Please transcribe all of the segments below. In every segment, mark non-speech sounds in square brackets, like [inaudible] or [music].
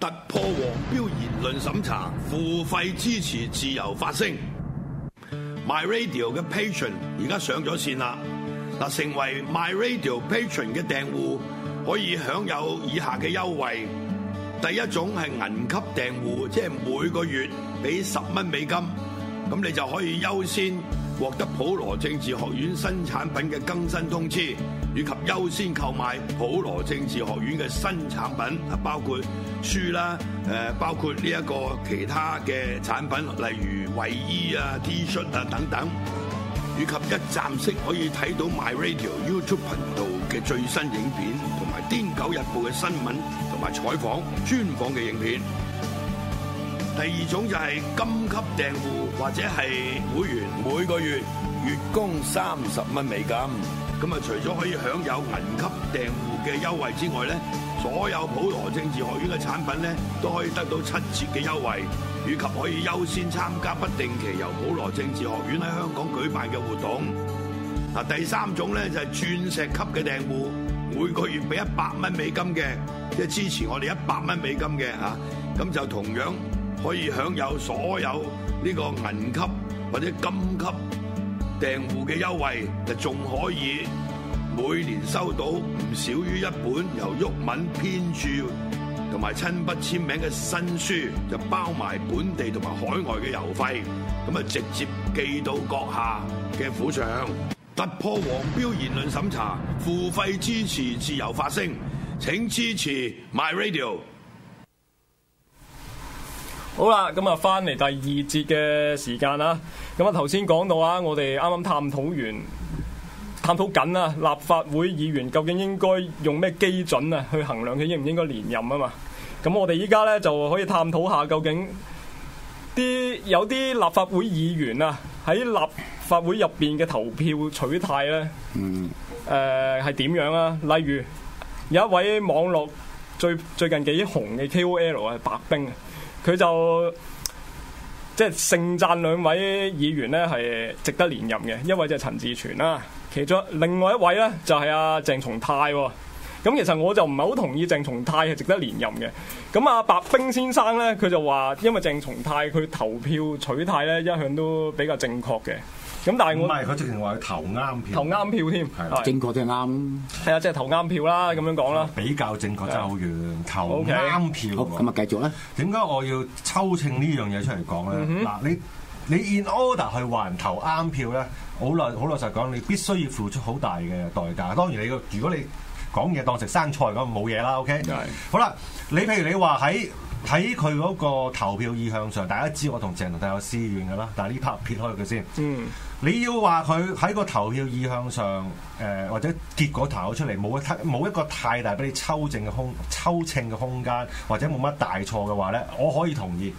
突破黃標言論審查，付費支持自由發聲。My Radio 嘅 Patron 而家上咗線啦，嗱，成為 My Radio Patron 嘅訂戶可以享有以下嘅優惠。第一種係銀級訂戶，即係每個月俾十蚊美金，咁你就可以優先獲得普羅政治學院新產品嘅更新通知，以及優先購買普羅政治學院嘅新產品，啊包括書啦，誒包括呢一個其他嘅產品，例如衞衣啊、T 恤啊等等，以及一站式可以睇到 My Radio YouTube 頻道嘅最新影片，同埋《癲狗日報》嘅新聞同埋採訪專訪嘅影片。第二種就係金級訂戶或者係會員，每個月月供三十蚊美金。咁啊，除咗可以享有銀級訂戶嘅優惠之外咧，所有普羅政治學院嘅產品咧都可以得到七折嘅優惠，以及可以優先參加不定期由普羅政治學院喺香港舉辦嘅活動。嗱，啊第三種咧就係鑽石級嘅訂戶，每個月俾一百蚊美金嘅，即係支持我哋一百蚊美金嘅嚇，咁就同樣可以享有所有呢個銀級或者金級訂戶嘅優惠，就仲可以每年收到唔少於一本由毓民編著同埋親筆簽名嘅新書，就包埋本地同埋海外嘅郵費，咁啊直接寄到閣下嘅府上。突破黃標言論審查，付費支持自由發聲，請支持 My Radio。好啦，咁啊，翻嚟第二節嘅時間啦。咁啊，頭先講到啊，我哋啱啱探討完，探討緊啊，立法會議員究竟應該用咩基準啊，去衡量佢應唔應該連任啊嘛。咁我哋依家咧就可以探討下究竟啲有啲立法會議員啊，喺立法會入邊嘅投票取態咧，誒係點樣啊？例如有一位網絡最最近幾紅嘅 KOL 啊，白冰啊。佢就即係盛讚兩位議員咧係值得連任嘅，一位就係陳志全啦，其中另外一位咧就係阿鄭松泰喎。咁其實我就唔係好同意鄭松泰係值得連任嘅。咁阿白冰先生咧，佢就話因為鄭松泰佢投票取態咧一向都比較正確嘅。咁但係唔我係佢直情話佢投啱票，投啱票添，係啦係正確即係啱。係啊，即係投啱票啦，咁樣講啦。比較正確真係好遠，投 OK 啱票好，咁喎。啊繼續啦。點解我要抽秤呢樣嘢出嚟講嗯咧？嗱，你你 in order 去話人投啱票咧，好耐好老實講，你必須要付出好大嘅代價。當然你個如果你講嘢當食生菜咁冇嘢啦，OK 係。好啦，你譬如你話喺喺佢嗰個投票意向上，大家知我同鄭同泰有私怨㗎啦，但係呢 part 撇開佢先。嗯，你要話佢喺個投票意向上，誒、或者結果投咗出嚟，冇一太冇一個太大俾你抽正嘅空抽秤嘅空間，或者冇乜大錯嘅話咧，我可以同意。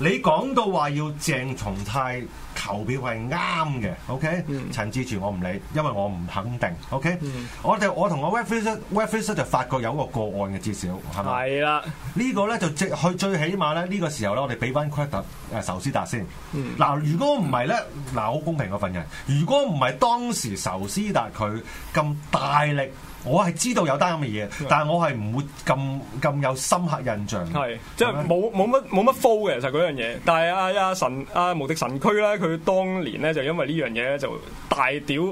你講到話要鄭松泰投票係啱嘅，OK？、陳志全我唔理，因為我唔肯定，OK？、我哋我同我 w e b f i s w e b f i s 就發覺有一個個案嘅至少係咪？係啦，呢個咧就即去最起碼咧呢個時候咧，我哋俾翻 credit 誒仇斯達先。嗯嗱、如果唔係咧，嗱好公平嗰份人。如果唔係當時仇斯達佢咁大力，我係知道有單咁嘅嘢，但係我係唔會咁咁有深刻印象。係，即係係咪冇冇乜冇乜 f o 嘅，其實嗰樣嘢。但係阿阿神阿無敵神區咧，佢當年咧就因為呢樣嘢咧就大屌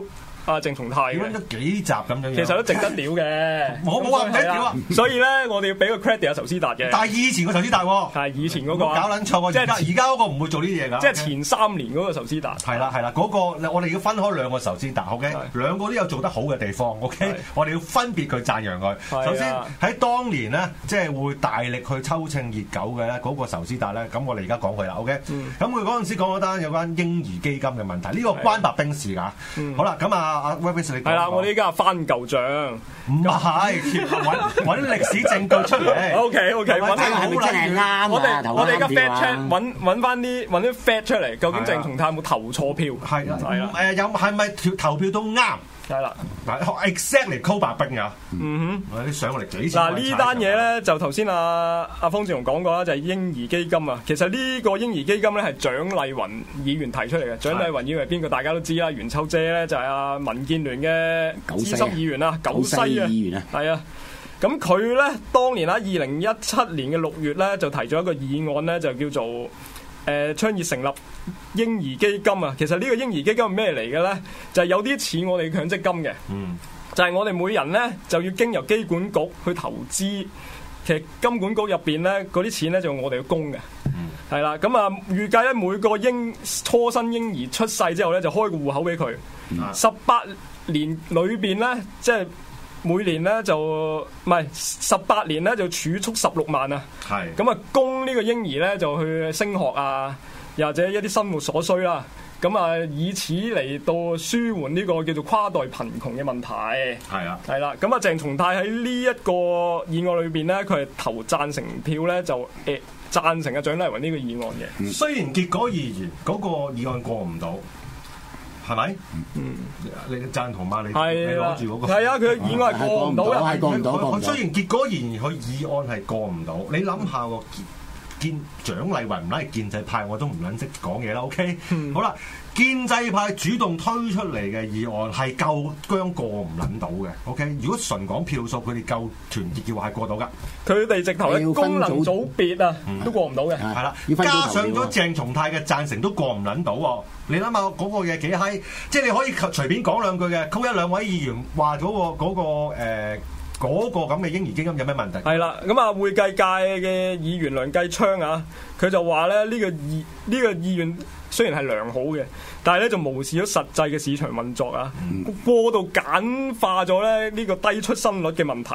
阿鄭松泰點解嘅，咗幾集咁樣樣？啊其實都值得屌嘅。 [laughs] 我冇話唔使屌啊所以咧，我哋要俾個 credit 阿仇斯達嘅，但係以前個仇斯達喎，係以前嗰個搞啊撚錯喎。即係而家而家嗰個唔會做呢啲嘢㗎。即係前三年嗰個仇斯達。係啦，係啦，嗰、個我哋要分開兩個首先，但 OK，係兩個都有做得好嘅地方係，OK，我哋要分別佢讚揚係啊佢。首先喺當年咧，即係會大力去抽秤熱狗嘅咧，嗰、個壽司達咧，咁我哋而家講佢啦，OK，咁嗯佢嗰陣時講嗰單有關嬰兒基金嘅問題，呢、個關白冰事㗎。好啦，咁啊，阿 w e b 你講嗯係啦，講我哋依家翻舊帳。唔係 [laughs] 揾揾歷史證據出嚟。 O K O K，係咪揾真係哎係咪真係啱啊？我哋投我哋而家啱票 fact 啊 check 揾揾翻啲揾啲 fact 出嚟，究竟係啊鄭松泰有冇投錯票？係啊係啦啦，誒有係咪投投票都啱？係啦。嗱，exactly 高白冰啊！嗯哼，啲相我嚟幾次嗱呢單嘢咧，就頭先阿阿方志雄講過啦，就係嬰兒基金啊。其實呢個嬰兒基金咧係蔣麗雲議員提出嚟嘅。蔣麗雲議員係邊個？大家都知啦，袁秋姐咧就係阿民建聯嘅九資西啊深議員啦，九西九西啊，議員啊係啊。咁佢咧當年啦，二零一七年嘅六月咧就提咗一個議案咧，就叫做誒、呃倡議成立嬰兒基金啊。其實呢個嬰兒基金係咩嚟嘅咧？就係、有啲似我哋強積金嘅，嗯，就係、我哋每人咧就要經由機管局去投資。其實金管局入邊咧，嗰啲錢咧就我哋要供嘅，係啦、咁啊預計咧每個嬰初生嬰兒出世之後咧，就開個户口俾佢。十八年裏邊咧，即係每年咧就唔係十八年咧就儲蓄十六萬啊。係咁啊，供呢個嬰兒咧就去升學啊，又或者一啲生活所需啦。咁啊，以此嚟到舒緩呢個叫做跨代貧窮嘅問題。係啊，係啦，咁啊，鄭松泰喺呢一個議案裏邊咧，佢係投贊成票咧，就誒、贊成嘅蔣麗雲呢個議案嘅。雖然結果而言嗰個議案過唔到，係咪？你贊同嘛？你你嗯係啦攞，住嗰個係啊，佢嘅議案係過唔到係過唔到嘅係。過唔到佢過佢唔到雖然結果而言，佢議案係過唔到，你諗下個建建蔣麗雲唔係建制派，我都唔撚識講嘢啦。OK，、好嗯啦，建制派主動推出嚟嘅議案係夠姜過唔撚到嘅。OK，如果純講票數，佢哋夠團結嘅話係過到㗎。佢哋直頭你咧要分功能組別啊，都過唔到嘅。啊係啦，要分加組投上票咗啊鄭松泰嘅贊成都過唔撚到喎。你諗下嗰個嘢幾閪，即係你可以隨便講兩句嘅，溝一兩位議員話嗰、個嗰、個呃嗰、個咁嘅嬰兒基金有咩問題？係啦，咁啊會計界嘅議員梁繼昌啊，佢就話咧呢個議呢、個議員雖然係良好嘅，但係咧就無視咗實際嘅市場運作啊，過度簡化咗咧呢個低出生率嘅問題。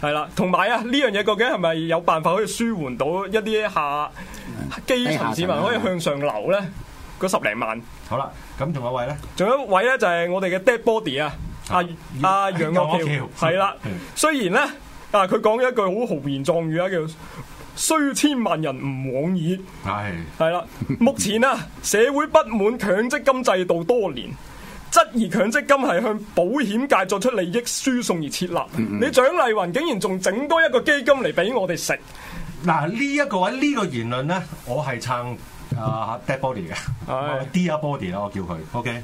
係啦，同埋啊，呢樣嘢究竟係咪有辦法可以舒緩到一啲下基層市民可以向上流咧？嗰十零萬，好啦，咁仲有一位咧。仲有一位咧就係我哋嘅 dead body 啊，阿阿楊岳楊岳橋橋，係啦嗯。雖然咧，啊佢講咗一句好豪言壯語啊，叫雖千萬人吾往矣。係係 [laughs] 啦，目前啊社會不滿強積金制度多年。質疑強積金係向保險界作出利益輸送而設立，你蔣麗雲竟然仲整多一個基金嚟俾我哋食，嗱呢一個位呢、個言論咧，我係撐啊 Dead Body 嘅係，Dear Body 啦，我叫佢 OK。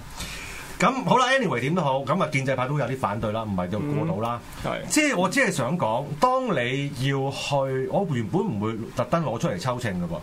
咁好啦，anyway 點都好，咁啊建制派都有啲反對啦，唔係就過到啦。係即係我只係想講，當你要去，我原本唔會特登攞出嚟抽秤嘅喎。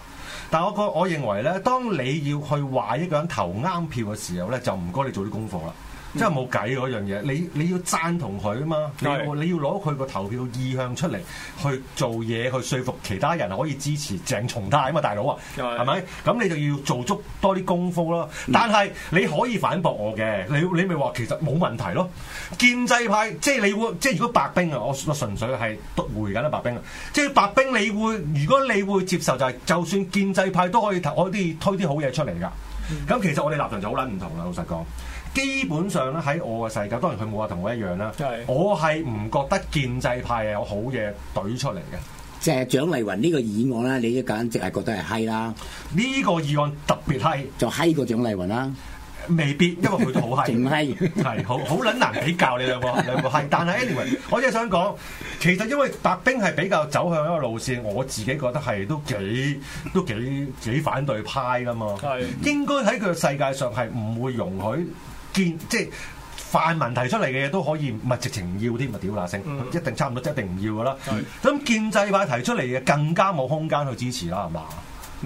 但我個我認為咧，當你要去話一個人投啱票嘅時候咧，就唔該你做啲功課啦。嗯即係冇計嗰樣嘢，你你要贊同佢啊嘛，你要係你要攞佢個投票意向出嚟去做嘢，去說服其他人可以支持鄭松泰啊嘛，大佬啊，係嗯係咪？咁你就要做足多啲功夫咯。但係你可以反駁我嘅，你你咪話其實冇問題咯。建制派即係你會，即係如果白冰啊，我我純粹係回緊啦白冰啊，即係白冰你會，如果你會接受就係、就算建制派都可以投可以推啲好嘢出嚟㗎。嗯咁其實我哋立場就好撚唔同啦，老實講。基本上咧喺我嘅世界，當然佢冇話同我一樣啦係。我係唔覺得建制派係有好嘢懟出嚟嘅。即係蔣麗雲呢個議案啦，你簡直係覺得係閪啦，呢、個議案特別係就閪過蔣麗雲啦，未必，因為佢都好勁閪。閪。係好好撚難比較你兩個 [laughs] 兩個係，但係 anyway，我只係想講，其實因為白冰係比較走向一個路線，我自己覺得係都幾都幾幾反對派噶嘛，係應該喺佢嘅世界上係唔會容許見即係。泛民提出嚟嘅嘢都可以，唔係直情唔要添啊！屌嗱聲，嗯一定差唔多，一定唔要噶啦。咁建制派提出嚟嘅更加冇空間去支持啦，係嘛？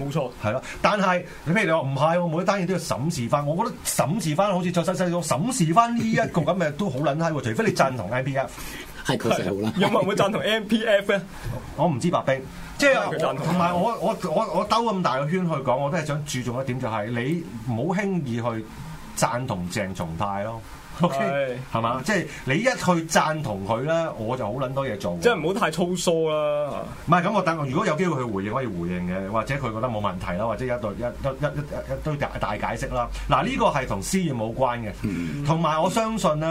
冇錯。係咯，但係你譬如你話唔係喎，每一單嘢都要審視翻，我覺得審視翻好似再細細講審視翻呢一個咁嘅都好撚閪喎，除非你贊同 M P F，係確實好 [laughs] 啦。有冇人會贊同 M P F 咧？我唔知白冰，即係佢贊同我同埋我我我我兜咁大個圈去講，我都係想注重一點就係、你唔好輕易去贊同鄭松泰咯。OK，係係嘛？即係你一去贊同佢咧，我就好撚多嘢做。即係唔好太粗疏啦。唔係咁，我等我如果有機會去回應，可以回應嘅，或者佢覺得冇問題啦，或者有一對一一一一一堆大大解釋啦。嗱，呢個係同私怨冇關嘅，同埋我相信咧，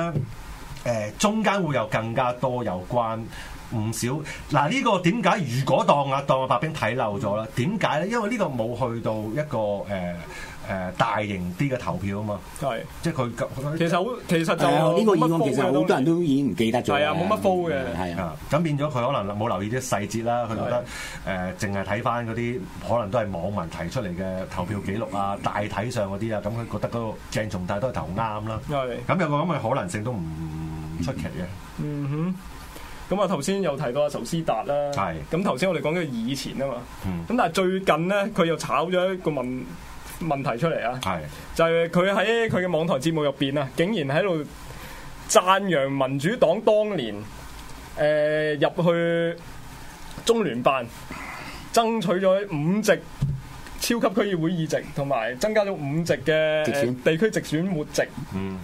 誒、中間會有更加多有關。唔少嗱，呢、個點解？如果當啊當啊白冰睇漏咗啦，點解咧？因為呢個冇去到一個誒誒、大型啲嘅投票啊嘛，係，即係佢佢其實好，其實就 [laughs] 係啊，呢個議案其實好冇乜 focus 多人都已經唔記得咗啦。係啊冇乜 flow 嘅係啊，啊，咁變咗佢可能冇留意啲細節啦，佢覺得誒淨係睇翻嗰啲可能都係網民提出嚟嘅投票記錄啊、大體上嗰啲啊，咁佢覺得嗰個鄭重大都係投啱啦。係，咁有個咁嘅可能性都唔出奇嘅。嗯哼。咁啊頭先又提到阿仇斯達啦，係咁頭先我哋講咗以前啊嘛，嗯咁但係最近咧佢又炒咗一個問問題出嚟啊，係就係佢喺佢嘅網台節目入邊啊，竟然喺度讚揚民主黨當年誒入、去中聯辦爭取咗五席。超級區議會議席同埋增加咗五席嘅直選誒地區直選末席，嗯，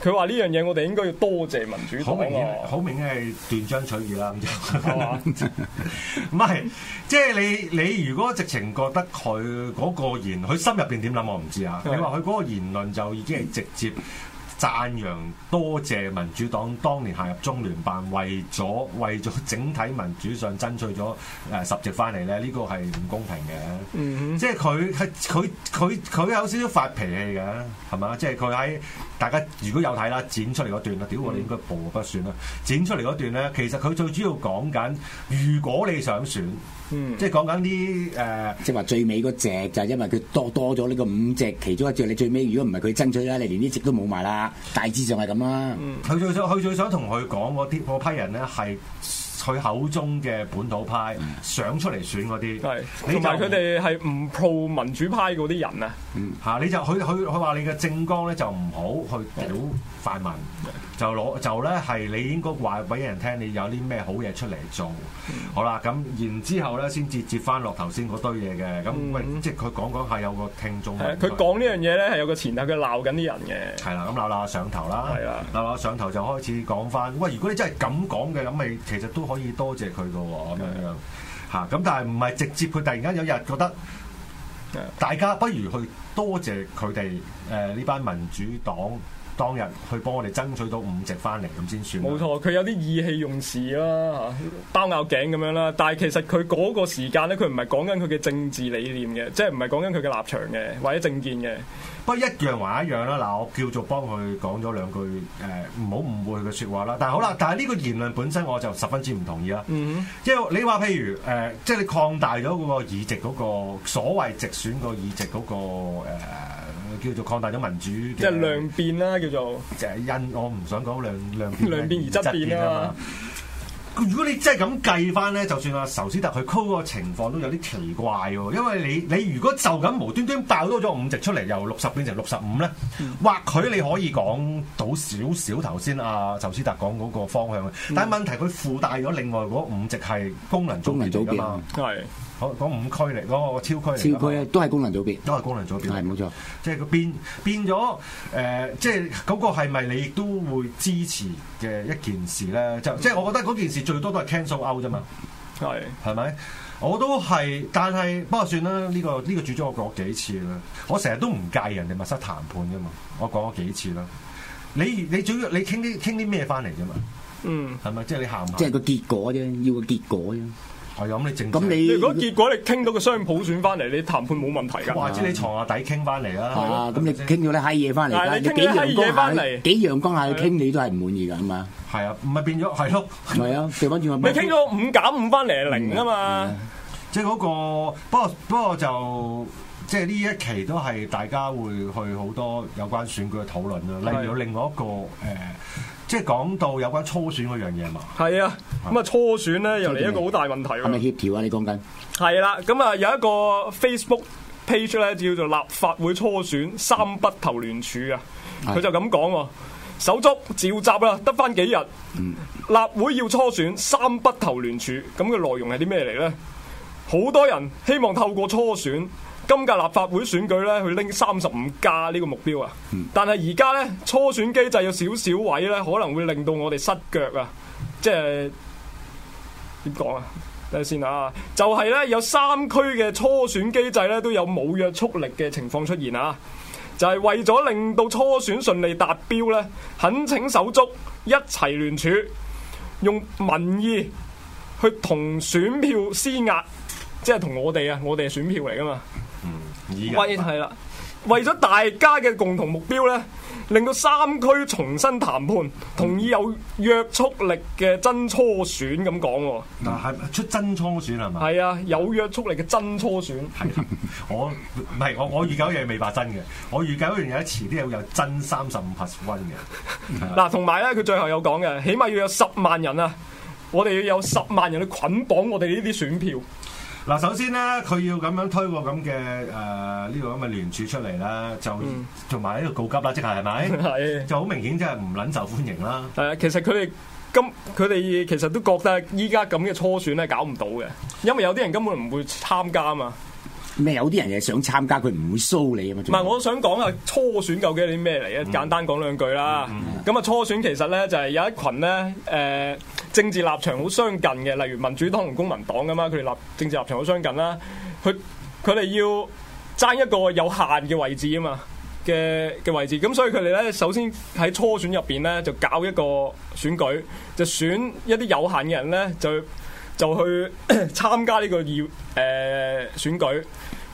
佢話呢樣嘢我哋應該要多謝民主好黨明顯，喎，好明顯係斷章取義啦咁就係。嘛？ [laughs] 唔係，即係你你如果直情覺得佢嗰個言，佢心入邊點諗我唔知啊。你係話佢嗰個言論就已經係直接讚揚多謝民主黨當年下入中聯辦，為咗為咗整體民主上爭取咗誒十席翻嚟咧，呢、個係唔公平嘅。嗯即係佢係佢佢佢有少少發脾氣嘅，係嘛？即係佢喺大家如果有睇啦，剪出嚟嗰段啦，屌我哋應該報不算啦。剪出嚟嗰段咧，其實佢最主要講緊，如果你想選，嗯即係講緊啲誒即係話最尾嗰只就係因為佢多多咗呢個五隻，其中一隻你最尾如果唔係佢爭取啦，你連呢隻都冇埋啦，大致上係咁啦。佢最想佢最想同佢講嗰啲嗰批人咧係佢口中嘅本土派想出嚟選嗰啲，係，你就同埋佢哋係唔 pro 民主派嗰啲人啊，嚇你就佢佢佢話你嘅政綱咧就唔好去屌泛民，就攞就咧係你應該話俾人聽你有啲咩好嘢出嚟做。好啦，咁然之後咧先至接翻落頭先嗰堆嘢嘅。咁喂，即係佢講講下有個聽眾係啊問佢講呢樣嘢咧係有個前提，佢鬧緊啲人嘅，係啦，咁鬧鬧上頭啦係啦，鬧鬧上頭就開始講翻，喂，如果你真係咁講嘅，咁咪其實都可以多謝佢嘅喎，咁樣樣嚇。咁但係唔係直接佢突然間有日覺得係啊大家不如去多謝佢哋誒呢班民主黨當日去幫我哋爭取到五席翻嚟咁先算啦。冇錯，佢有啲意氣用事啦，嚇包拗頸咁樣啦。但係其實佢嗰個時間咧，佢唔係講緊佢嘅政治理念嘅，即係唔係講緊佢嘅立場嘅或者政見嘅。不過一樣啊還一樣啦。嗱，我叫做幫佢講咗兩句誒，唔好誤會佢嘅説話啦。但係好嗯啦，但係呢個言論本身我就十分之唔同意啦。因為你話譬如誒、即係你擴大咗嗰個議席嗰、個所謂直選個議席嗰、個、呃、叫做擴大咗民主嘅，即係量變啦，叫做就係因我唔想講量量 [laughs] 變量變而質變啊嘛。如果你真係咁計翻咧，就算阿仇斯特佢 call 個情況都有啲奇怪喎，因為你你如果就咁無端端爆多咗五席出嚟，由六十變成六十五咧，嗯或許你可以講到少少頭先阿仇斯特講嗰個方向，嗯但係問題佢附帶咗另外嗰五席係功能功組能別組嚟㗎別嘛，係嗰嗰五區嚟嗰個超區嚟㗎超嘛區咧都係功能組別，都係功能組別嚟㗎嘛。係冇啊錯。即係佢變變咗誒、呃即係嗰個係咪你都會支持嘅一件事咧？就即係我覺得嗰件事最多都係 cancel out 啫嘛，係係咪？我都係，但係不過算啦。呢、個呢、個主張我講幾次啦，我成日都唔介意人哋密室談判啫嘛，我講咗幾次啦。你你主要你傾啲傾啲咩翻嚟啫嘛，嗯。係咪？即係你行唔即行係？個結果啫，要個結果啫。係啊咁你正咁你如果結果你傾到個雙普選翻嚟，你談判冇問題㗎。話知你床下底傾翻嚟啦，啊，咁你係咪先傾咗啲閪嘢翻嚟啦，係你你傾幾咗啲陽光閪嘢返下嚟去，幾陽光下去傾你都係唔滿意㗎嘛？係啊，唔係變咗係咯。係啊，調翻轉你話傾咗五減五翻嚟係零啊嘛，即係嗰、個，不過不過就即係呢一期都係大家會去好多有關選舉嘅討論啦。係例如有另外一個誒、呃即係講到有關初選嗰樣嘢嘛。係啊，咁啊初選咧又嚟一個好大問題係咪喎。協調啊？你講緊係啦，咁啊有一個 Facebook page 咧叫做立法會初選三不投聯署啊，係佢就咁講喎。手足召集啦，得翻幾日。立會要初選，三不投聯署，咁嘅內容係啲咩嚟呢？好多人希望透過初選，今屆立法會選舉呢，去拎三十五加呢個目標啊。但係而家呢，初選機制有少少位呢，可能會令到我哋失腳啊，即係點講啊？睇下先啊，就係、呢，有三區嘅初選機制呢，都有冇約束力嘅情況出現啊。就係為咗令到初選順利達標呢，懇請手足一齊聯署，用民意去同選票施壓，即係同我哋啊，我哋係選票嚟噶嘛。而喂，家係啦，為咗大家嘅共同目標呢，令到三區重新談判，同意有約束力嘅真初選咁講喎。嗱係出真初選係嘛？係啊，有約束力嘅真初選。係啦，我唔係我我預計嗰樣嘢未發生嘅，我預計嗰樣嘢遲啲會有真三十五 plus one 嘅。嗱，同埋咧，佢最後有講嘅，起碼要有十萬人啊，我哋要有十萬人去捆綁我哋呢啲選票。 [laughs] 嗱，首先咧，佢要咁樣推個咁嘅誒呢個咁嘅聯署出嚟啦，就嗯同埋呢個告急啦，即 [laughs] 係係咪？係就好明顯，即係唔撚受歡迎啦。係啊，其實佢哋今佢哋其實都覺得依家咁嘅初選咧搞唔到嘅，因為有啲人根本唔會參加啊嘛。咩有啲人係想參加，佢唔會騷你啊嘛。唔係，我想講啊，初選究竟係啲咩嚟咧？簡單講兩句啦。咁啊，初選其實咧就係有一群咧誒、呃政治立場好相近嘅，例如民主黨同公民黨噶嘛，佢哋立政治立場好相近啦。佢佢哋要爭一個有限嘅位置啊嘛。嘅嘅位置，咁所以佢哋咧，首先喺初選入邊咧，就搞一個選舉，就選一啲有限嘅人咧，就就去 [coughs] 參加呢個議誒、呃、選舉，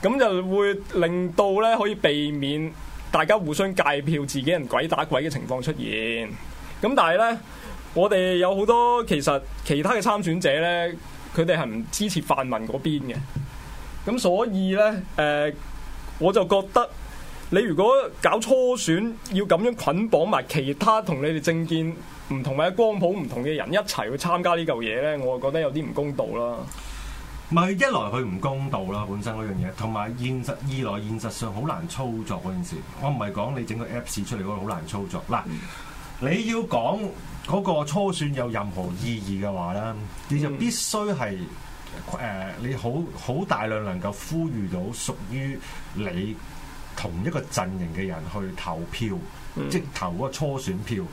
咁就會令到呃咧可以避免大家互相界票、自己人鬼打鬼嘅情況出現。咁但係咧，我哋有好多其實其他嘅參選者咧，佢哋係唔支持泛民嗰邊嘅，咁所以咧誒、呃我就覺得。你如果搞初選，要咁樣捆綁埋其他同你哋政見唔同或者光譜唔同嘅人一齊去參加呢嚿嘢咧，我就覺得有啲唔公道啦。唔係一來佢唔公道啦，本身嗰樣嘢，同埋現實二來現實上好難操作嗰件事。我唔係講你整個 Apps 出嚟嗰個好難操作。嗱，你要講嗰個初選有任何意義嘅話咧，你就必須係。誒、你好好大量能夠呼籲到屬於你同一個陣營嘅人去投票，即係投嗰個初選票，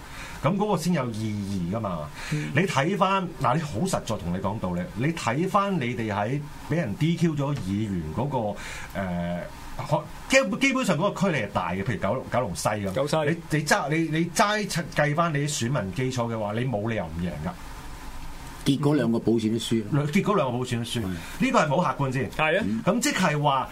咁嗰個先有意義噶嘛。嗯你睇翻嗱，你好實在同你講道理，你睇翻你哋喺俾人 DQ 咗議員嗰、個、呃可基本基本上嗰個區你係大嘅，譬如九龍九龍西咁。九西你你揸你你齋測計翻你啲選民基礎嘅話，你冇理由唔贏噶。結果兩個保險都輸咯。兩結果兩個普選都輸，嗯呢個係冇客觀先。係啊，嗯咁即係話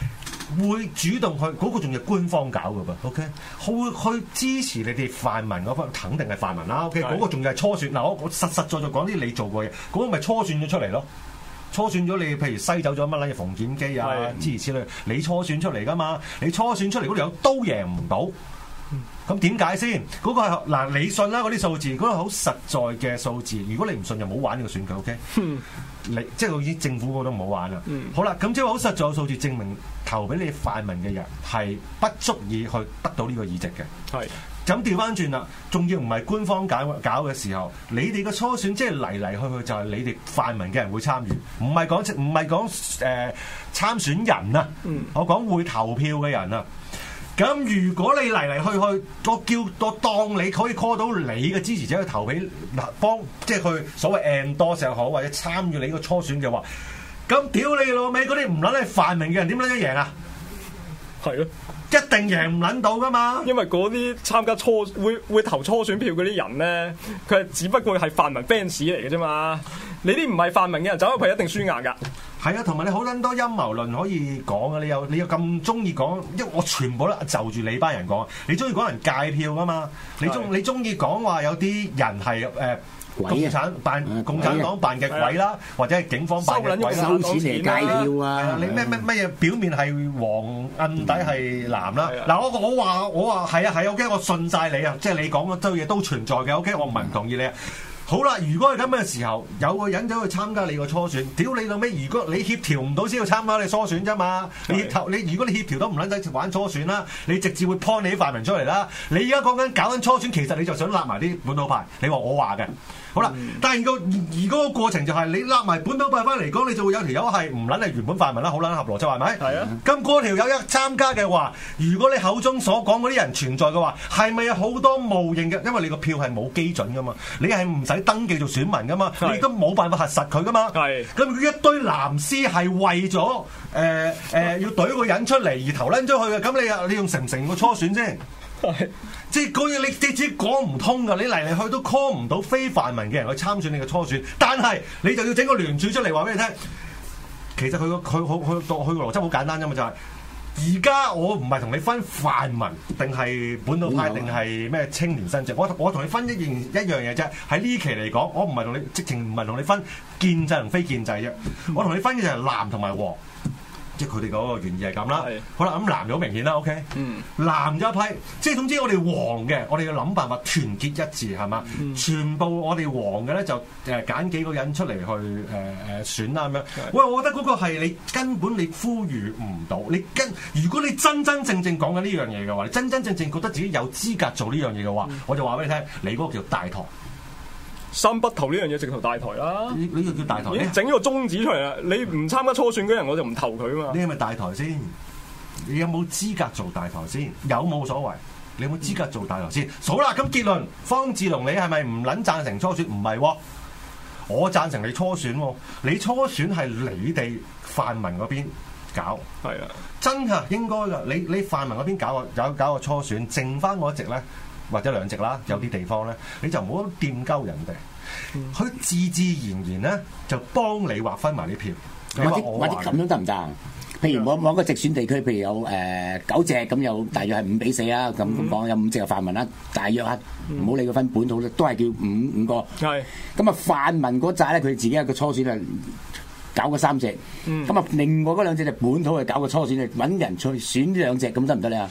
會主動去嗰、個仲要官方搞嘅噃，OK？會去支持你哋泛民嗰方，肯定係泛民啦，OK？係嗰個仲要係初選，嗱我我實實在在講啲你做過嘢，嗰、個咪初選咗出嚟咯。初選咗你，譬如西走咗乜撚嘢馮檢基啊係，諸如此類，你初選出嚟噶嘛？你初選出嚟嗰條友都贏唔到。咁點解先？嗰、個係嗱，你信啦嗰啲數字，嗰、個好實在嘅數字。如果你唔信，就唔好玩呢個選舉，OK？你嗯即係好似政府嗰度唔好玩啦。好啦，咁即係好實在嘅數字證明投俾你泛民嘅人係不足以去得到呢個議席嘅。係咁調翻轉啦，仲要唔係官方搞搞嘅時候，你哋嘅初選即係嚟嚟去去就係你哋泛民嘅人會參與，唔係講唔係講誒參選人啊，我講會投票嘅人啊。咁如果你嚟嚟去去，我叫我當你可以 call 到你嘅支持者去投俾嗱幫，即係佢所謂 endorse 又好，或者參與你個初選嘅話，咁屌你老味嗰啲唔撚係泛民嘅人點撚得贏啊？係咯，一定贏唔撚到噶嘛！因為嗰啲參加初會會投初選票嗰啲人咧，佢係只不過係泛民 fans 嚟嘅啫嘛。你啲唔係泛民嘅人走入去一定輸硬㗎。係啊，同埋你好撚多陰謀論可以講啊！你又你又咁中意講，因為我全部都就住你班人講。你中意講人界票噶嘛？你中係你中意講話有啲人係誒。呃鬼啊共產辦嗯共產黨辦嘅鬼啦，或者係警方辦嘅鬼啊收撚咗啦，收錢嚟街票係啊啊！你咩咩咩嘢表面係黃，銀底係藍啦嗯係啊。嗱，我我話我話係啊係啊 OK，我信晒你啊，即係你講嗰堆嘢都存在嘅 OK，我唔係唔同意你啊。好啦，如果係咁嘅時候，有個人走去參加你個初選，屌你老尾！如果你協調唔到先要參加你初選啫嘛，你係協投你如果你協調都唔撚使玩初選啦，你直接會 p 你啲泛民出嚟啦。你而家講緊搞緊初選，其實你就想揦埋啲本土派，你話我話嘅。好啦，嗯但係個而而嗰個過程就係你揦埋本土派翻嚟講，你就會有條友係唔撚係原本泛民啦，好撚合邏輯係咪？係啊。咁嗰條友一參加嘅話，如果你口中所講嗰啲人存在嘅話，係咪有好多無形嘅？因為你個票係冇基準噶嘛，你係唔使登記做選民噶嘛，係你都冇辦法核實佢噶嘛。係咁佢一堆藍絲係為咗誒誒要懟個人出嚟而投撚咗佢嘅，咁你又你用成唔成個初選先？係即係嗰嘢你直接講唔通㗎，你嚟嚟去都 call 唔到非泛民嘅人去參選你嘅初選，但係你就要整個聯署出嚟話俾你聽。其實佢個佢好佢個佢個邏輯好簡單啫嘛，就係而家我唔係同你分泛民定係本土派本土定係咩青年新政，我我同你分一樣一樣嘢啫。喺呢期嚟講，我唔係同你直情唔係同你分建制同非建制啫，我同你分嘅就係藍同埋黃。即係佢哋嗰個原意係咁啦係。好啦，咁藍就好明顯啦，OK。嗯藍就一批，即係總之我哋黃嘅，我哋要諗辦法團結一致係嘛？全部我哋黃嘅咧就誒揀幾個人出嚟去誒誒、呃、選啦咁樣。喂，我覺得嗰個係你根本你呼籲唔到，你跟如果你真真正正講緊呢樣嘢嘅話，你真真正正覺得自己有資格做呢樣嘢嘅話，我就話俾你聽，你嗰個叫大堂，三筆頭呢樣嘢直頭大台啦，你呢個叫大堂。已你經整咗個宗旨出嚟啦。你唔參加初選嗰人，我就唔投佢啊嘛你。係咪大台先？你有冇資格做大台先？有冇所謂？你有冇資格做大台先？好啦，咁結論，方志龍你係咪唔撚贊成初選？唔係喎，我贊成你初選喎。你初選係你哋泛民嗰邊搞。係啊，真㗎，應該㗎。你你泛民嗰邊搞個有搞個初選，剩翻嗰一席咧，或者兩席啦，有啲地方咧，你就唔好掂鳩人哋。嗯佢自自然然咧就幫你劃分埋啲票。你或話者我或者話咁樣得唔得啊？譬如某某一個直選地區，譬如有誒、呃九隻咁，有大約係五比四啦，咁咁講有五隻嘅泛民啦，大約啊，唔好理佢分本土啦，都係叫五五個。係咁啊，泛民嗰扎咧，佢自己有個初選啊，搞個三隻。嗯咁啊、另外嗰兩隻就本土係搞個初選，就揾人去選兩隻，咁得唔得咧？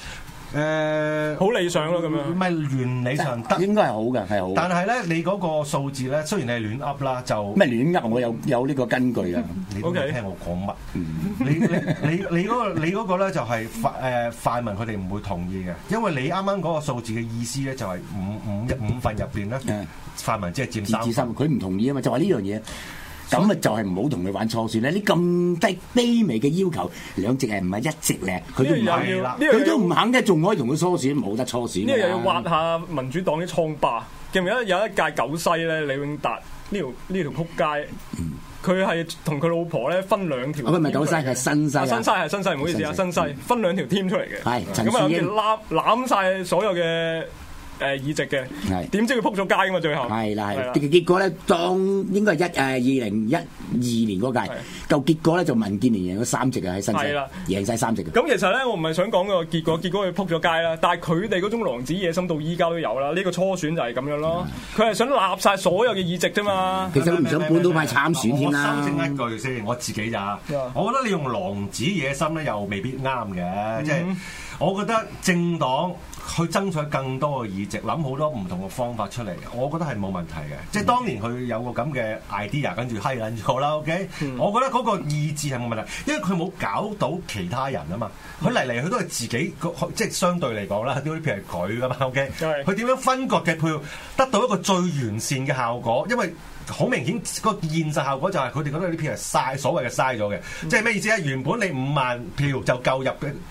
誒好理想咯咁唔樣。係原理上得，應該係好嘅，係好嘅。但係咧你嗰個數字咧，雖然你係亂噏啦，就咩亂噏？我有有呢個根據㗎。你都 OK 未聽我講乜？嗯你你你你嗰個你嗰個咧就係泛誒泛民佢哋唔會同意嘅，因為你啱啱嗰個數字嘅意思咧就係五五五份入邊咧嗯，泛民只係佔自三自份心，佢唔同意啊嘛，就話呢樣嘢。咁啊，就係唔好同佢玩初選咧。呢咁低卑微嘅要求，兩席係唔係一席咧？佢都呢樣唔肯，又係要啦呢樣佢又都要唔肯嘅，仲可以同佢初選，冇得初選㗎。呢個又要挖下民主黨啲瘡疤。記唔記得有一屆九西咧，李永達呢條呢條撲街，佢係同佢老婆咧分兩條。啊。佢唔係九西，係新西啊啊。新西係新西，唔好意思啊，新新西嗯西分兩條 team 出嚟嘅，係陳咁啊樹英有攬攬晒所有嘅誒議席嘅，係點知佢撲咗街噶嘛最後，係啦，係係啦啦。結結果咧，當應該係一誒二零一二年嗰屆係，夠結果咧就民建聯贏咗三席啊，喺新係啦西贏晒三席嘅。咁其實咧，我唔係想講個結果，結果佢撲咗街啦。但係佢哋嗰種狼子野心到依家都有啦。呢、個初選就係咁樣咯，佢係想立晒所有嘅議席啫嘛。其實佢唔想本土派參選添啦。我修正一句先，我自己咋？我覺得你用狼子野心咧，又未必啱嘅。即係我覺得政黨去爭取更多嘅議席，諗好多唔同嘅方法出嚟，我覺得係冇問題嘅。即係當年佢有個咁嘅 idea，跟住閪撚咗啦。OK，我覺得嗰個意志係冇問題，因為佢冇搞到其他人啊嘛。佢嚟嚟去都係自己個，即係相對嚟講啦，啲票係佢啊噶嘛。OK，係佢點樣分割嘅票，得到一個最完善嘅效果，因為好明顯個現實效果就係佢哋覺得呢票係嘥所謂嘅嘥咗嘅，嗯即係咩意思咧？原本你五萬票就夠入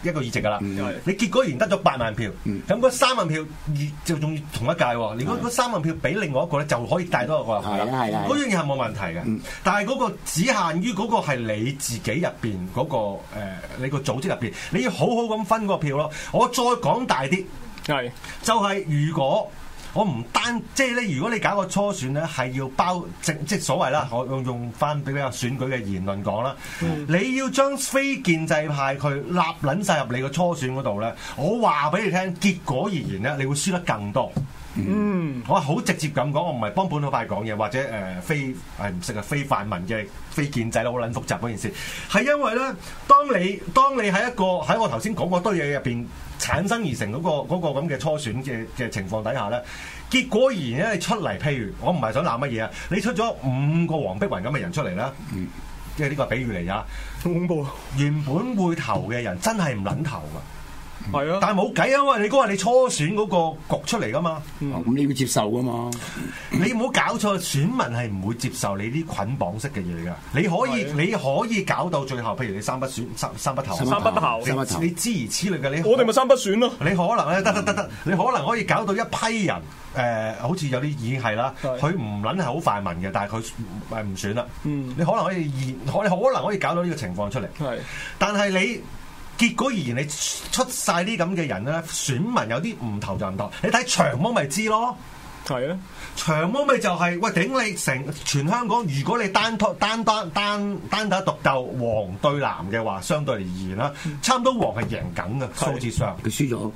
一一個議席㗎啦，嗯你結果然得咗八萬票，咁嗰三萬票而就仲要同一屆喎，如果嗰三萬票俾另外一個咧，就可以帶多一個入去嗯係啊啦係嗯啦嗰樣嘢係冇問題嘅，但係嗰個只限於嗰個係你自己入邊嗰個、呃、你個組織入邊，你要好好咁分個票咯。我再講大啲。嗯係就係如果我唔單即係咧，如果你搞個初選咧，係要包政即係所謂啦，我用用翻比較選舉嘅言論講啦，你要將非建制派佢立撚晒入你個初選嗰度咧，我話俾你聽，結果而言咧，你會輸得更多。嗯，我好直接咁講，我唔係幫本土派講嘢，或者誒、呃非係唔識啊非泛民嘅非建制啦，好撚複雜嗰件事，係因為咧，當你當你喺一個喺我頭先講嗰堆嘢入邊產生而成嗰、個嗰、個咁嘅初選嘅嘅情況底下咧，結果而言咧，你出嚟，譬如我唔係想鬧乜嘢啊，你出咗五個黃碧雲咁嘅人出嚟啦，即係呢個比喻嚟㗎，好恐怖啊！原本會投嘅人真係唔撚投㗎，係啊，但係冇計啊，因為你嗰個係你初選嗰個局出嚟㗎嘛。哦咁你要接受噶嘛？ [laughs] 你唔好搞錯，選民係唔會接受你啲捆綁式嘅嘢㗎。你可以係啊你可以搞到最後，譬如你三不選三三不投，三不投三不投你你諸如此類嘅，你我哋咪三不選咯。你可能咧，得得得得，你可能可以搞到一批人，誒、好似有啲已經係啦，係佢唔撚係好泛民嘅，但係佢誒唔選啦。嗯你可能可以現，可你可能可以搞到呢個情況出嚟。係但係你結果而言，你出晒啲咁嘅人咧，選民有啲唔投就唔投，你睇長毛咪知咯。係啊，長毛咪就係、喂頂你成全香港，如果你單拖單單單單打獨鬥黃對藍嘅話，相對而言啦，差唔多黃係贏緊嘅數字上。佢輸咗，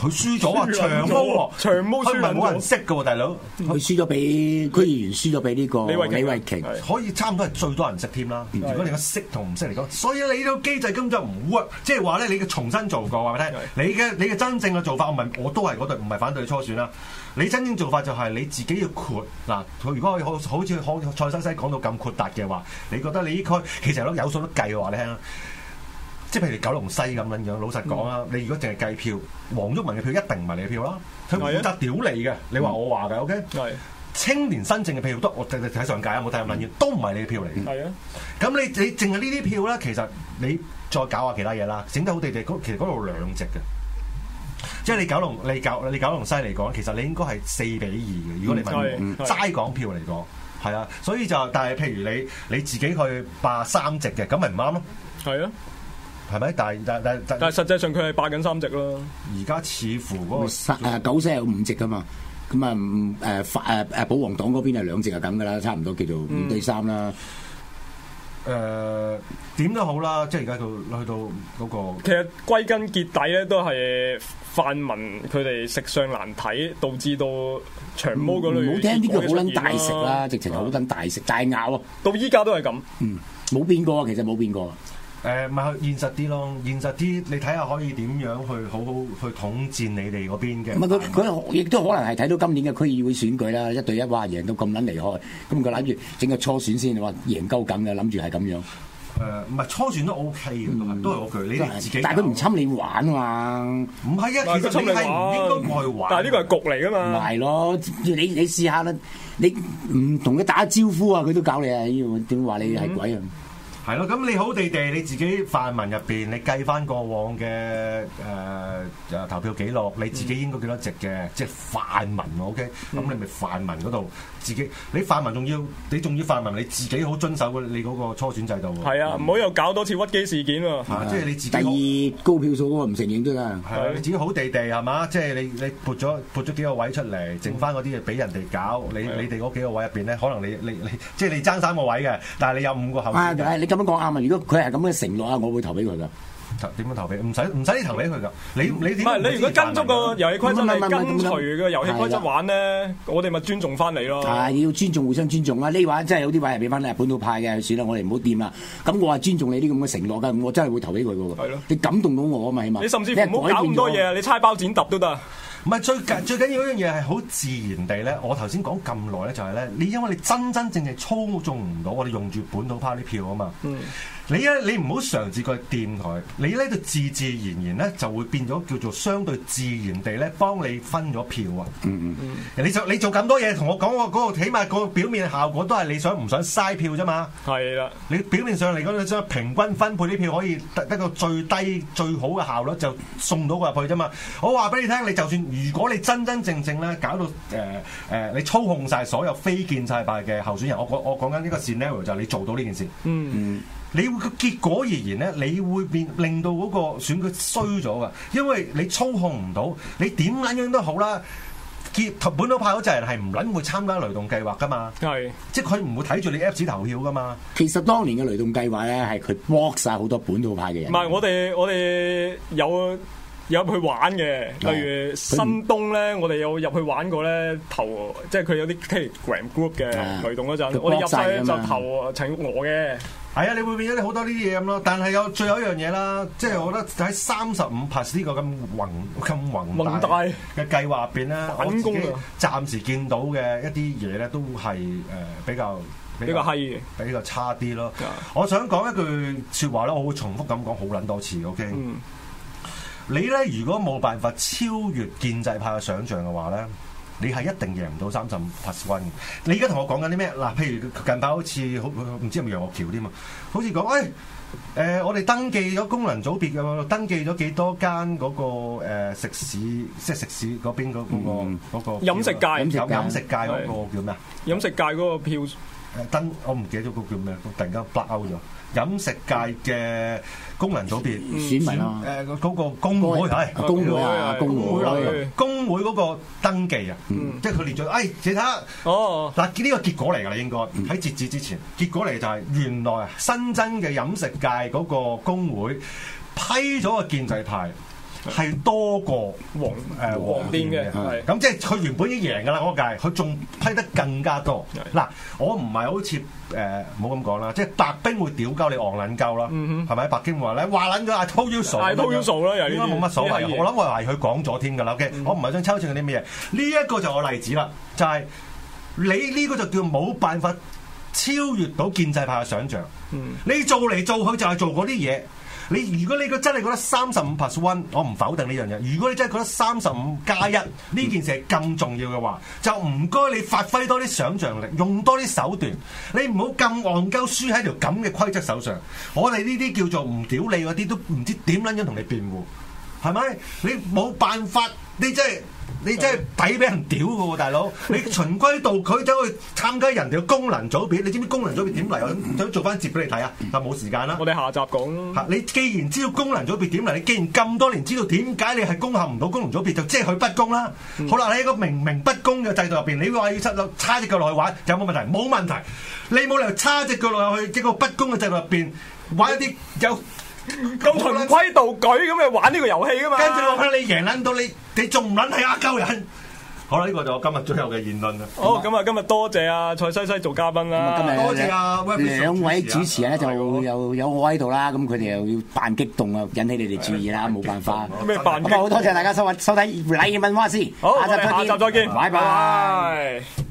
佢輸咗 [laughs] 啊，長毛喎，長毛啊佢唔係輸撚咗冇人識嘅喎，大佬，佢輸咗俾區議員，輸咗俾呢個李慧瓊李慧瓊。係嗯可以差唔多係最多人識添啦。如果你個識同唔識嚟講，所以你呢個機制根本就唔 work，即係話咧，你嘅重新做過話俾你聽，你嘅你嘅真正嘅做法，我唔係我都係嗰對，唔係反對初選啦。你真正做法就係你自己要豁嗱，佢如果可以好好似好蔡西西講到咁豁達嘅話，你覺得你呢區其實有有數都計嘅話，你聽啦。即係譬如九龍西咁樣樣，老實講啦，嗯你如果淨係計票，黃毓民嘅票一定唔係你嘅票啦，佢係啊負責屌你嘅，你話我話嘅，OK？係青年新政嘅票都我睇睇上屆啊，冇睇咁嗯撚遠，都唔係你嘅票嚟嘅。係啊，咁你你淨係呢啲票咧，其實你再搞下其他嘢啦，整得好地地，嗰其實嗰度兩隻嘅。即係你九龍，你九你九龍西嚟講，其實你應該係四比二嘅。如果你問嗯我係齋講票嚟講，係啊，所以就但係譬如你你自己去霸三席嘅，咁咪唔啱咯，係啊，係咪？但係但但但但係實際上佢係霸緊三席啦。而家似乎嗰個三誒九西有五席噶嘛，咁啊唔誒法誒誒保皇黨嗰邊係兩席係咁噶啦，差唔多叫做五對三啦。嗯誒點都好啦，即係而家到去到嗰個其實歸根結底咧，都係泛民佢哋食相難睇，導致到長毛嗯唔嗰好類。聽呢句好撚大食啦，直情好撚大食大咬啊！啊到依家都係咁。嗯，冇變過啊，其實冇變過啊。誒咪去現實啲咯，現實啲你睇下可以點樣去好好去統戰你哋嗰邊嘅。唔 [laughs] 係佢佢亦啊都可能係睇到今年嘅區議會選舉啦，一對一哇贏到咁撚厲害，咁佢諗住整個初選先，哇贏鳩緊嘅，諗住係咁樣。誒唔係初選都 OK 嘅，都係都係嗰句，你哋自己搞。嗯但係佢唔侵你玩嘛，唔係啊，但其係佢實侵你你係唔應該玩去玩。但係呢個係局嚟噶唔嘛。係咯？你你試下啦，你唔同佢打招呼啊，佢都搞你啊！要點話嗯你係鬼啊？係咯，咁你好地地你自己泛民入邊，你計翻過往嘅誒誒投票記錄，你自己應該幾多席嗯嘅，即係泛民 OK，咁、你咪泛民嗰度自己，你泛民仲要你仲要泛民你自己好遵守你嗰個初選制度喎。嗯係啊，唔好又搞多次屈機事件喎。啊，即係你自己好。第二高票數嗰個唔承認都得。係啊你自己好地地係嘛？即係你你撥咗撥咗幾個位出嚟，剩翻嗰啲嘢俾人哋搞。你係啊你哋嗰幾個位入邊咧，可能你你你即係你爭三個位嘅，但係你有五個候啊！選係人，你咁樣講啱啊！如果佢係咁嘅承諾啊，我會投俾佢噶。投點樣投俾？唔使唔使你投俾佢㗎。你你唔點係解你如果跟足個遊戲規則，唔係唔係你唔係跟隨個遊戲規係則啦玩咧，我哋咪尊重翻你咯。啊！要尊重，互相尊重啦。啊呢話真係有啲位係俾翻日本土派嘅，算啦，我哋唔好掂啦。咁我話尊重你啲咁嘅承諾㗎，我真係會投俾佢嘅係喎咯。你感動到我啊嘛，起碼你甚至乎唔好係改搞變咁多咗嘢啊！你猜包剪揼都得啊。唔係最緊最緊要一樣嘢係好自然地咧，我頭先講咁耐咧，就係咧，你因為你真真正正操縱唔到我哋用住本土派啲票啊嘛，你咧你唔好嘗試過去掂佢，你咧就自自然然咧就會變咗叫做相對自然地咧幫你分咗票啊，嗯嗯，你就你做咁多嘢同我講我嗰個起碼個表面效果都係你想唔想嘥票啫嘛。係啦，你表面上嚟講，你想平均分配啲票可以得得個最低最好嘅效率，就送到佢入去啫嘛。我話俾你聽，你就算如果你真真正正咧搞到誒誒、呃你操控晒所有非建制派嘅候選人，我講我講緊呢個 scenario 就係你做到呢件事，嗯，你會個結果而言咧，你會變令到嗰個選舉衰咗噶，因為你操控唔到，你點撚樣都好啦。結本土派嗰陣人係唔撚會參加雷動計劃噶嘛，係即係佢唔會睇住你 Apps 投票噶嘛。其實當年嘅雷動計劃咧，係佢 block 晒好多本土派嘅人。唔係我哋我哋有。有入去玩嘅，係例如新東咧，我哋有入去玩過咧，投即係佢有啲 Telegram group 啊嘅雷動嗰陣，佢我哋入 block 晒晒㗎就嘛投陳玉娥嘅，係啊，你會變咗你好多呢啲嘢咁咯。但係有最後一樣嘢啦，即係我覺得喺三十五 plus 呢個咁宏咁宏宏大大嘅計劃入邊咧，我自反攻啊己暫時見到嘅一啲嘢咧，都係誒比較呢個閪嘅，比較差啲咯啊。我想講一句説話咧，我會重複咁講好撚多次，OK？、嗯你咧如果冇辦法超越建制派嘅想像嘅話咧。你係一定贏唔到三十五 plus one 嘅。你而家同我講緊啲咩？嗱，譬如近排好似好唔知係咪楊岳橋添啊，好似講誒。哎誒、我哋登記咗功能組別嘅，登記咗幾多間嗰、個、呃、食肆，即係食肆嗰邊嗰、嗰個嗰、嗯個啊飲食界飲飲飲食食界界嗰個叫咩啊？飲食界嗰個票誒登我唔記得咗嗰個叫咩，突然間 black out 咗。飲食界嘅功能組別選民啊誒嗰、個工會嗯係啊工會啊工會工會工會啊工會嗰個登記啊，即係佢列咗，哎，你睇下。哦，嗱，呢個結果嚟㗎啦，應該喺截止之前，結果嚟就係原來新增嘅飲食界嗰個工會批咗個建制派，係多過黃誒黃癲嘅係咁即係佢原本已經贏㗎啦嗰屆，佢仲批得更加多。係嗱，我唔係好似誒冇咁講啦，即係白冰會屌鳩你昂撚鳩啦，係咪？白冰話咧話撚咗阿 t o u s 嗯 I told you so 啦又呢啲應該冇乜所謂呢啲。嘢我諗我係佢講咗添㗎啦。OK，我唔嗯係想抽證嗰啲咩嘢，呢一個就我例子啦，就係你呢個就叫冇辦法超越到建制派嘅想像。你做嚟做去就係做嗰啲嘢。你如果你個真係覺得三十五 plus one，我唔否定呢樣嘢。如果你真係覺得三十五加一呢件事係咁重要嘅話，就唔該你發揮多啲想像力，用多啲手段。你唔好咁戇鳩輸喺條咁嘅規則手上。我哋呢啲叫做唔屌你嗰啲，都唔知點撚樣同你辯護，係咪？你冇辦法，你真係。你真係抵俾人屌嘅喎，大佬！你循規蹈矩走去參加人哋嘅功能組別，你知唔知功能組別點嚟？我想做翻節俾你睇啊，但冇時間啦。我哋下集講啦。嚇！你既然知道功能組別點嚟，你既然咁多年知道點解你係攻陷唔到功能組別，就即係佢不公啦。好啦，你喺個明明不公嘅制度入邊，你話要出落叉只腳落去玩，有冇問題？冇問題。你冇理由叉只腳落去一個不公嘅制度入邊玩一啲有咁循規蹈矩咁嚟玩呢個遊戲噶嘛？跟住落去，你贏撚到你，你仲唔撚係呃鳩人？好啦，呢、個就我今日最後嘅言論啦。好，咁啊，今日多謝啊蔡西西做嘉賓啦。今日多謝啊兩 Wesley 兩位主持人咧就係喎有有我喺度啦，咁佢哋又要扮激動啊，引起你哋注意啦，冇辦法。咩扮啊咁啊，好多謝大家收收睇《禮問話事》，好，我下哋下集再見，拜拜。拜